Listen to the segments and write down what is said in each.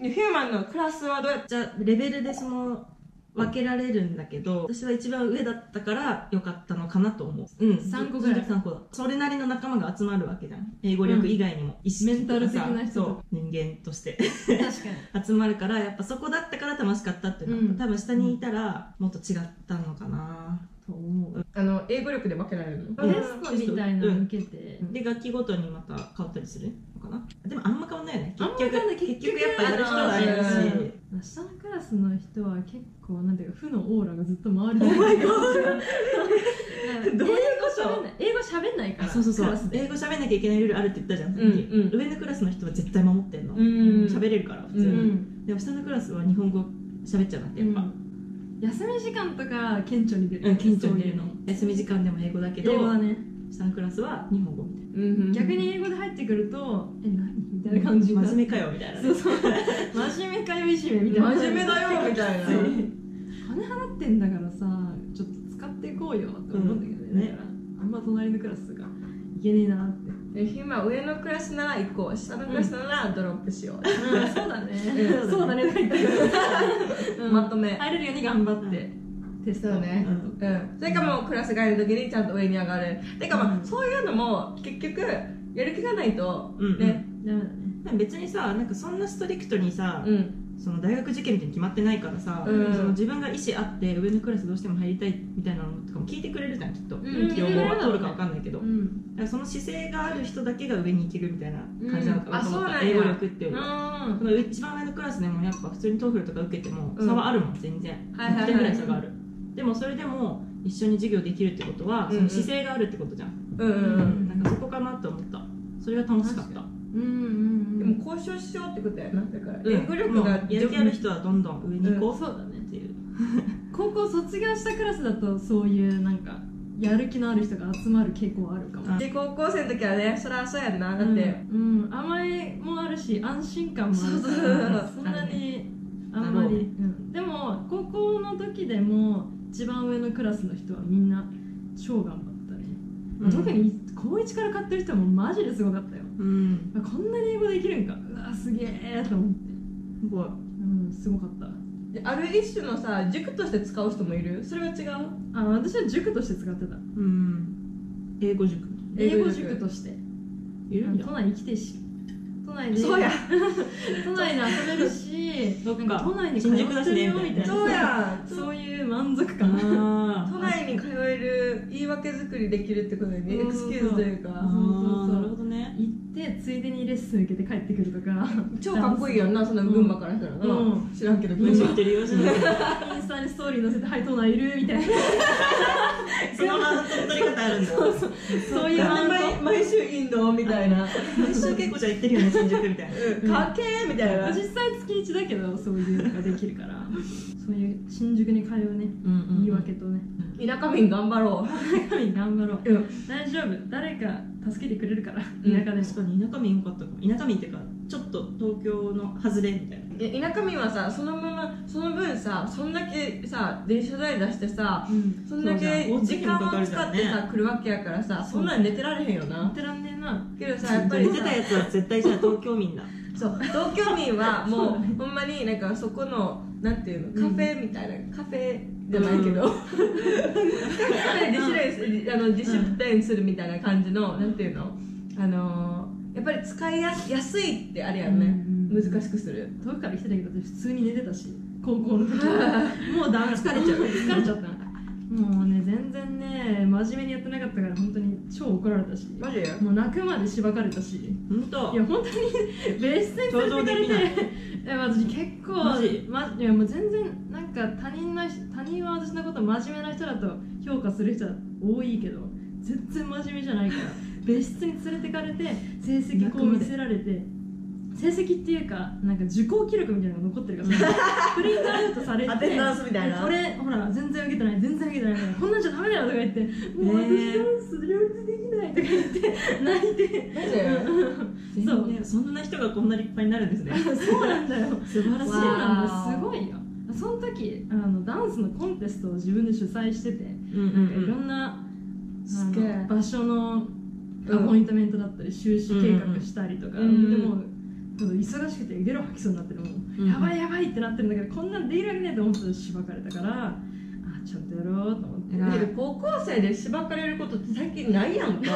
ヒューマンのクラスはどうやっじゃあレベルでその分けられるんだけど私は一番上だったから良かったのかなと思ううん三個ぐらい3個だそれなりの仲間が集まるわけじゃん英語力以外にも、意識とかメンさタル的な人とそう人間として 確かに集まるからやっぱそこだったから楽しかったっていうの、うん多分下にいたらもっと違ったのかなと思うあの英語力で分けられるのんテストみたいなの受けて、で楽器ごとにまた変わったりするのかなでもあんま変わんないよね結局あんま変わんない結結局局やっぱやる人はやるしあのー下のクラスの人は結構なんていうか負のオーラがずっと回るお前がどういうこと英語喋んないからあそうそうそクラうスで英語喋んなきゃいけないルールあるって言ったじゃん、さっきうん上のクラスの人は絶対守ってんのうんうん喋、れるから普通に、うんでも下のクラスは日本語喋っちゃうなってやっぱ、うん休み時間とか顕著に出る、顕著に出るのそういう休み時間でも英語だけど英語はね下のクラスは日本語みたいうん逆に英語で入ってくるとえ何みたいな感じにななる真面目かよみたいなね、そうそう真面目かよいじめみたいな真面目だよみたいな金払ってんだからさちょっと使っていこうよって思うんだけどね,、うんねだからあんま隣のクラスがいけねえなって、今上のクラスなら行こう下のクラスならドロップしよう、そうだねうんそうだねとか言ってくるまとめ入れるように頑張ってテストそうねうんうん、それかもうクラスがいる時にちゃんと上に上がるてかまうあんそういうのも結局やる気がないとうんねダメだねでも別にさなんかそんなストリクトにさ、うんその大学受験みたいに決まってないからさ、うんその自分が意思あって上のクラスどうしても入りたいみたいなのとかも聞いてくれるじゃんきっと、ん要望が通るか分かんないけど、うんだからその姿勢がある人だけが上に行けるみたいな感じなのかなと思った、うんあそうなんや英語力っていううんのははこの一番上のクラスでもやっぱ普通にトーフルとか受けてもうん差はあるもん全然、はいはいはい100点ぐらい差があるでもそれでも一緒に授業できるってことはうんそうんの姿勢があるってことじゃん、うんうんうんなんかそこかなと思ったそれが楽しかったうんうんでうんも交渉しようってことやなだからうん英語力がもうやる気ある人はどんどん上に行こうそうだねっていう、高校卒業したクラスだとそういうなんかやる気のある人が集まる傾向はあるかもで高校生の時はねそりゃそうやんなだって、うん、うん甘えもあるし安心感もあるからそうそうそうそんなにあんまなるほどり、うんでも高校の時でも一番上のクラスの人はみんな超頑張ったね、うん特に高1から買ってる人はもうマジですごかったようんあこんなに英語できるんかうわすげえと思ってすごいうんすごかったである一種のさ塾として使う人もいるそれは違うあ私は塾として使ってたうん英語塾英語塾としているんじゃ都ん内に来てし都内で そうや都内で遊べるしそっかなん都内に通ってるよみたいなそうやそういう満足感あ都内に通える言い訳作りできるってことだよねエうんクスキューズというかあなるほどね行ってついでにレッスン受けて帰ってくるとか超かっこいいやんなその群馬からしたらな、うん知らんけど群上に馬行ってるよじゃあインスタにストーリー載せて「はい都内いる」みたいなそのハートの取り方あるんだそういうなんで反毎毎週インドみたいな、毎週結構じゃあ行ってるよね新宿みたいなうん、かけーみたいな、応実際月1だけどそういうのができるからそういう新宿に通うね言い訳とね田舎民頑張ろ神頑張ろうう、うん、大丈夫誰か助けてくれるからうん田舎でも確かに田舎民良かったかも田舎民っていうかちょっと東京の外れみたいな田舎民はさそのままその分さそんだけさ電車代出してさうんそんだけそうじゃん時間を使って交通費もかかるからさ来るわけやからさそんなん寝てられへんよやっなてらんねえなけどさやっぱり出てさたやつは絶対じゃあ東京民だそう東京民はもうほんまになんかそこのなんていうのカフェみたいなカフェじゃないけど、カフェで自主練あの自主練するみたいな感じの、なんていうのあのーやっぱり使いやす安いってあれやんね、うんうん難しくする遠くから来てたけど私普通に寝てたし高校 の時もうダメ疲れちゃう疲れちゃったもうね全然ね真面目にやってなかったから本当に超怒られたしマジもう泣くまでしばかれたしい本当や本当に別室に連れてかれて想像でいや私結構マジまいやもう全然なんか他人の人他人は私のこと真面目な人だと評価する人は多いけど全然真面目じゃないから別室に連れてかれて成績こう見せられて成績っていうかなんか受講記録みたいなのが残ってるからさプリントアウトされてアテンダンスみたいなこれほら全然受けてない全然受けてないからこんなんじゃダメだよとか言ってもうね私えダンス両立できないとか言って泣いてマジ全然そんな人がこんな立派になるんですねそうなんだよ素晴らしいそうなんだすごいよその時あのダンスのコンテストを自分で主催してて、うんうなんかいろんんなあすのげえ場所のうんアポイントメントだったり収支計画したりとか、うんうんでも忙しくてゲロ吐きそうになってるもんうんやばいやばいってなってるんだけどこんなんできるわけないと思ったらしばかれたからあちゃんとやろうと思って偉いけど高校生でしばかれることって最近ないやんか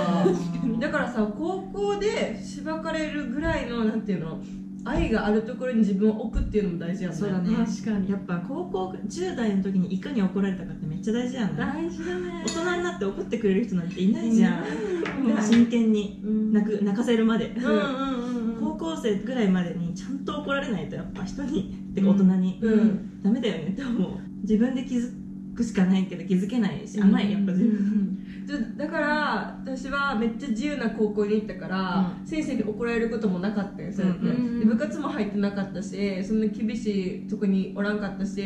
だからさ高校でしばかれるぐらいのなんていうの愛があるところに自分を置くっていうのも大事やんそうだね確かにやっぱ高校10代の時にいかに怒られたかってめっちゃ大事やんね大事だね大人になって怒ってくれる人なんていないじゃん真剣にうん泣く泣かせるまで、うんうんうんうん高校生ぐらいまでにちゃんと怒られないとやっぱ人にってか大人に、うんダメだよねって思う自分で気づくしかないけど気づけないし甘いやっぱ自分、ちょだから私はめっちゃ自由な高校に行ったから、先生に怒られることもなかったよそうやって、うんうんうんで部活も入ってなかったしそんな厳しいとこにおらんかったし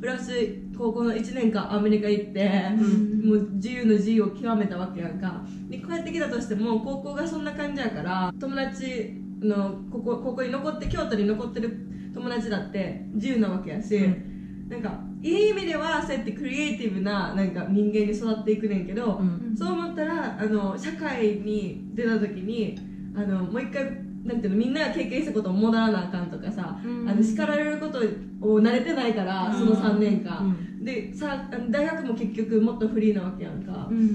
プラス高校の1年間アメリカ行って、んもう自由の自由を極めたわけやんかで帰ってきたとしても高校がそんな感じやから友達のここここに残って京都に残ってる友達だって自由なわけやし、うなんかいい意味ではそうやってクリエイティブななんか人間に育っていくねんけど、うんそう思ったらあの社会に出た時にあのもう一回なんていうのみんなが経験したことを戻らなあかんとかさ、うんあの叱られることを慣れてないから、うんその3年う間、んでさあの大学も結局もっとフリーなわけやんか、でなんか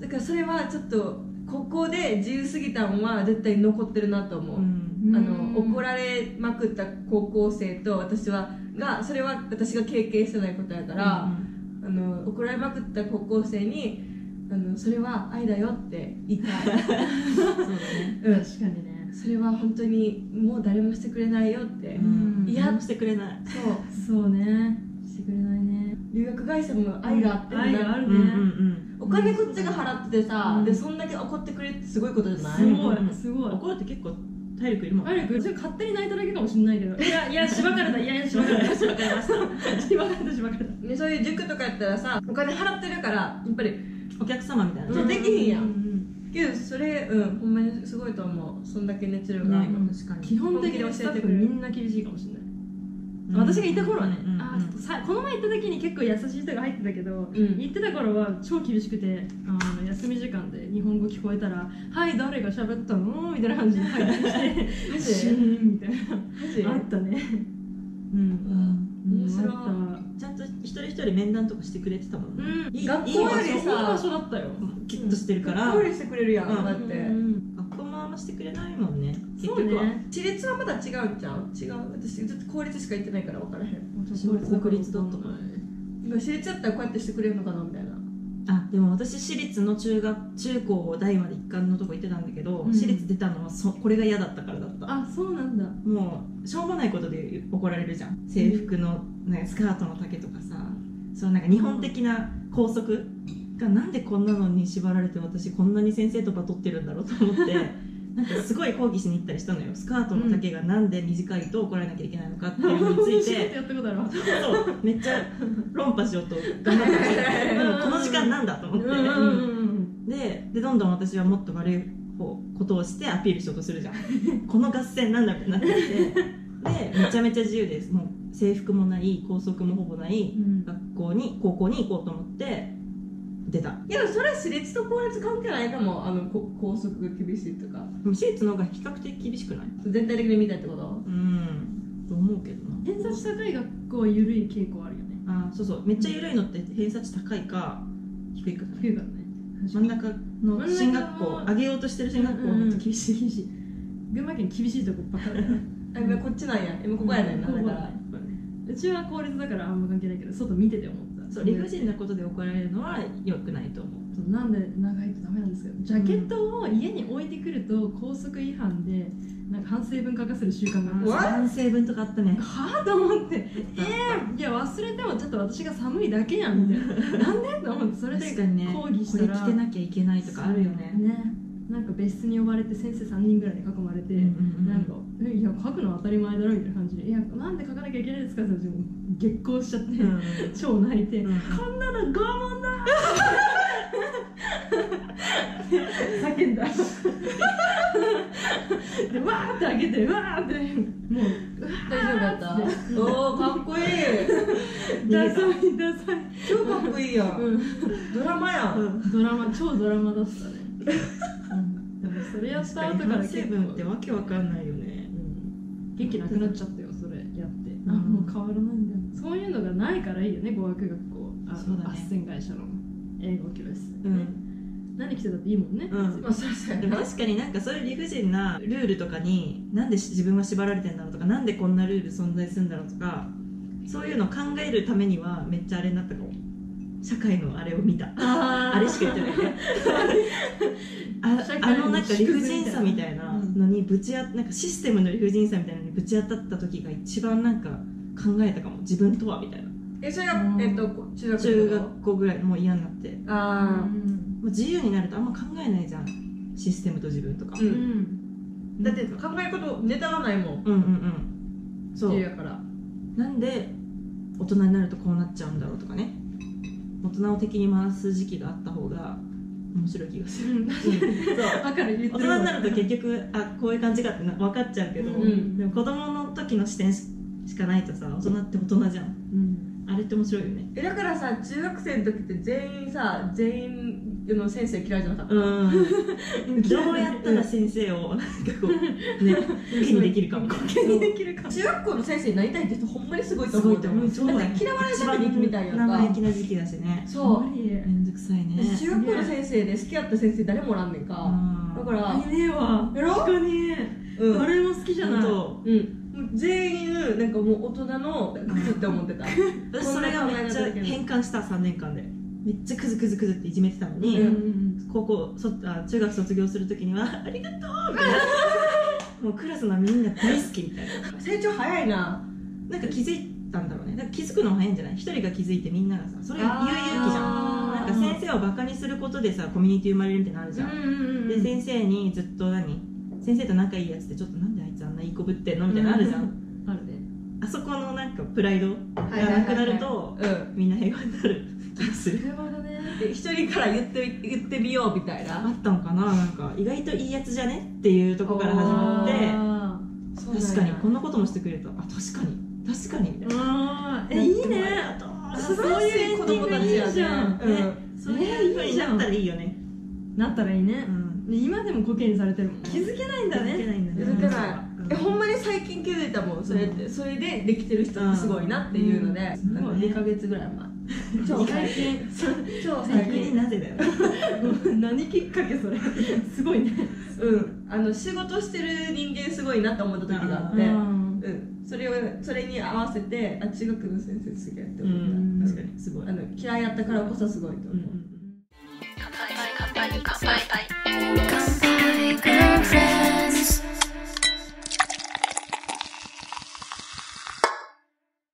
だからそれはちょっとここで自由すぎたんは絶対残ってるなと思う、うんあの怒られまくった高校生と私はがそれは私が経験してないことやから、あの怒られまくった高校生にあのそれは愛だよって言いた い、そうだねうん、確かにねそれは本当にもう誰もしてくれないよって、うんいいややしてくれないそうそうねしてくれないね留学会社も愛があって愛るがな、あるうんうんうねんお金こっちが払っててさ、うんでそんだけ怒ってくれってすごいことじゃない、すごいすごい怒るって結構体力いるもん悪く勝手に泣いただけかもしれないけどいやいやしばかれたいやいやしばかれたしばかれましたしばかれたしばかれたね、そういう塾とかやったらさお金払ってるからやっぱりお客様みたいなそねうできへんやんううんけどそれうんほんまにすごいと思うそんだけ熱量がある、ね確か基本的にスタッフみんな厳しいかもしれないうん私がいた頃はね、うんうんうんあーちょっとさこの前行った時に結構優しい人が入ってたけど、ん行ってた頃は超厳しくてあの休み時間で日本語聞こえたら「はい誰が喋ったの?」みたいな感じで入ってきマて「シジーン」みたいマジなあったねうんうん面白いあったわちゃんと一人一人面談とかしてくれてたもんねうんいい学校いいいい場場よ所いりい場所だったよ所きっとしてるから料理してくれるやん、うんだって、うん学校もあんましてくれないもんね結そう局はね私立はまだ違うんちゃう違う私ずっと公立しか行ってないから分からへん私も国立だったから今私立だったらこうやってしてくれるのかなみたいなあでも私私立の中学中高大まで一貫のとこ行ってたんだけど、うん私立出たのはそこれが嫌だったからだったあそうなんだもうしょうもないことで怒られるじゃん制服の、ね、スカートの丈とかさそうなんか日本的な校則がなんでこんなのに縛られて私こんなに先生とバトってるんだろうと思ってなんかすごい抗議しに行ったりしたのよスカートの丈がなんで短いと怒られなきゃいけないのかっていうのについてやったことあるわそうめっちゃ論破しようと頑張ったんですよでもこの時間なんだと思って、うんうんうんででどんどん私はもっと悪い方ことをしてアピールしようとするじゃん この合戦なんだってなってきてでめちゃめちゃ自由ですもう制服もない校則もほぼない学校に高校に行こうと思って出たいやそれは私立と公立関係ないかもあのこ校則が厳しいとかでも私立の方が比較的厳しくない全体的に見たいってことうんと思うけどな偏差値高い学校は緩い傾向あるよねあそうそうめっちゃ緩いのって偏差値高いか低いか 低いからね真ん中の進学校真ん中の上げようとしてる進学校はめっちゃ厳しい、厳しい群馬県厳しいとこばっかりだよあ今こっちなんや今ここやねんなこだこかだらうちは公立だからあんま関係ないけど外見てて思ったそう理不尽なことで怒られるのは良くないと思うそうなんで長いとダメなんですけどジャケットを家に置いてくると校則違反でなんか反省文化化する習慣があるんですよ What？男性分とかあったねはあと思っていや忘れてもちょっと私が寒いだけやんみたいななんでと思ってそれで確かにね抗議しこたれら着てなきゃいけないとかあるよねねなんか別室に呼ばれて先生3人ぐらいに囲まれて、なんか「えいや書くの当たり前だろ」みたいな感じで「いやなんで書かなきゃいけないんですか?」って私も激高しちゃって、うん超泣いて、うんこんなの拷問だ叫んだでわーって開けてわーってもう大丈夫だったおおかっこいい逃ダげたサいダサい、超かっこいいやんうん、ドラマやん ドラマ超ドラマだったね、うん、でもそれやっ確たか後にから反結省構文ってわけわかんないよねうん元気なくなっちゃったよそれやってんあもう変わらないんだよそういうのがないからいいよね語学学校あそうだねのあっせん会社の英語教室、うん、何着てたっていいもんね、うん別にまあそうですよでねも確かになんかそういう理不尽なルールとかになんで自分は縛られてんだろうとかなんでこんなルール存在するんだろうとかそういうのを考えるためにはめっちゃあれになったかも社会のあれを見たああれしか言ってないねあ社会のあのなんか理不尽さみたいなのにぶちあなんかシステムの理不尽さみたいなのにぶち当たった時が一番なんか考えたかも自分とはみたいなえそれが、えっとこ中学中の頃学校ぐらいもう嫌になってもあう自由になるとあんま考えないじゃんシステムと自分とか、ううんんあだって考えることネタがないもんうんうんうんそ自由うやからなんで大人になるとこうなっちゃうんだろうとかね大人を敵に回す時期があった方が面白い気がするだから言ってる大人になると結局あこういう感じかってな分かっちゃうけど、うんでも子供の時の視点ししかないとさ大人って大人じゃんうんあれって面白いよねえだからさ中学生の時って全員さ全員あの先生嫌いじゃなかった、うん どうやったら先生をなんかこうね気にできるかもそう中学校の先生になりたいって人ほんまにすごいと思うすごいと思うそうだねだって嫌われるために行くみたいやんか生意気な時期だしねそう無理めんどくさいね私中学校の先生で好きやった先生誰もおらんねんか、だあからいねえわやろ確かにう誰も好きじゃないとうんもう全員なんかもう大人のクズって思ってた私それがめっちゃ変換した3年間でめっちゃクズクズクズっていじめてたのに、うんん高校そあ中学卒業するときには「ありがとう!」みたいな もうクラスのみんな大好きみたいな成長早いななんか気づいたんだろうねなんか気づくのも早いんじゃない一人が気づいてみんながさそれ言う勇気じゃんなあーんか先生をバカにすることでさコミュニティ生まれるみたいなのあるじゃん、んで先生にずっと何先生と仲いいやつってちょっとなんであいつあんないい子ぶってんのみたいなのあるじゃん、あるねあそこのなんかプライドがなくなるとうんみんな平和になる気が する平和だねで一人から言って言ってみようみたいあなったのかななんか意外といいやつじゃねっていうとこから始まってあそうなんや確かにこんなこともしてくれるとあ確かに確かにみたいーなあなーえんかいいねああとそう素晴らしい子供たちやねそういうエンディングいいじゃんうんねそういうふうえいいにじゃなんったらいいよねなったらいいねんで今でもコケにされてるもん気づけないんだ気づけねないんだ気づねけないえほんまに最近気づいたもんそれってそれでできてる人ってすごいなっていうのでんなんかうん2ヶ月ぐらい前超最近超最最近近なぜだよね 何きっかけそれすごいねうんあの仕事してる人間すごいなって思った時があってうんうんそれをそれに合わせてあ中学の先生すげえってう思った、ん確かにすごいあの嫌いやったからこそすごいと思う、うん乾杯乾杯乾杯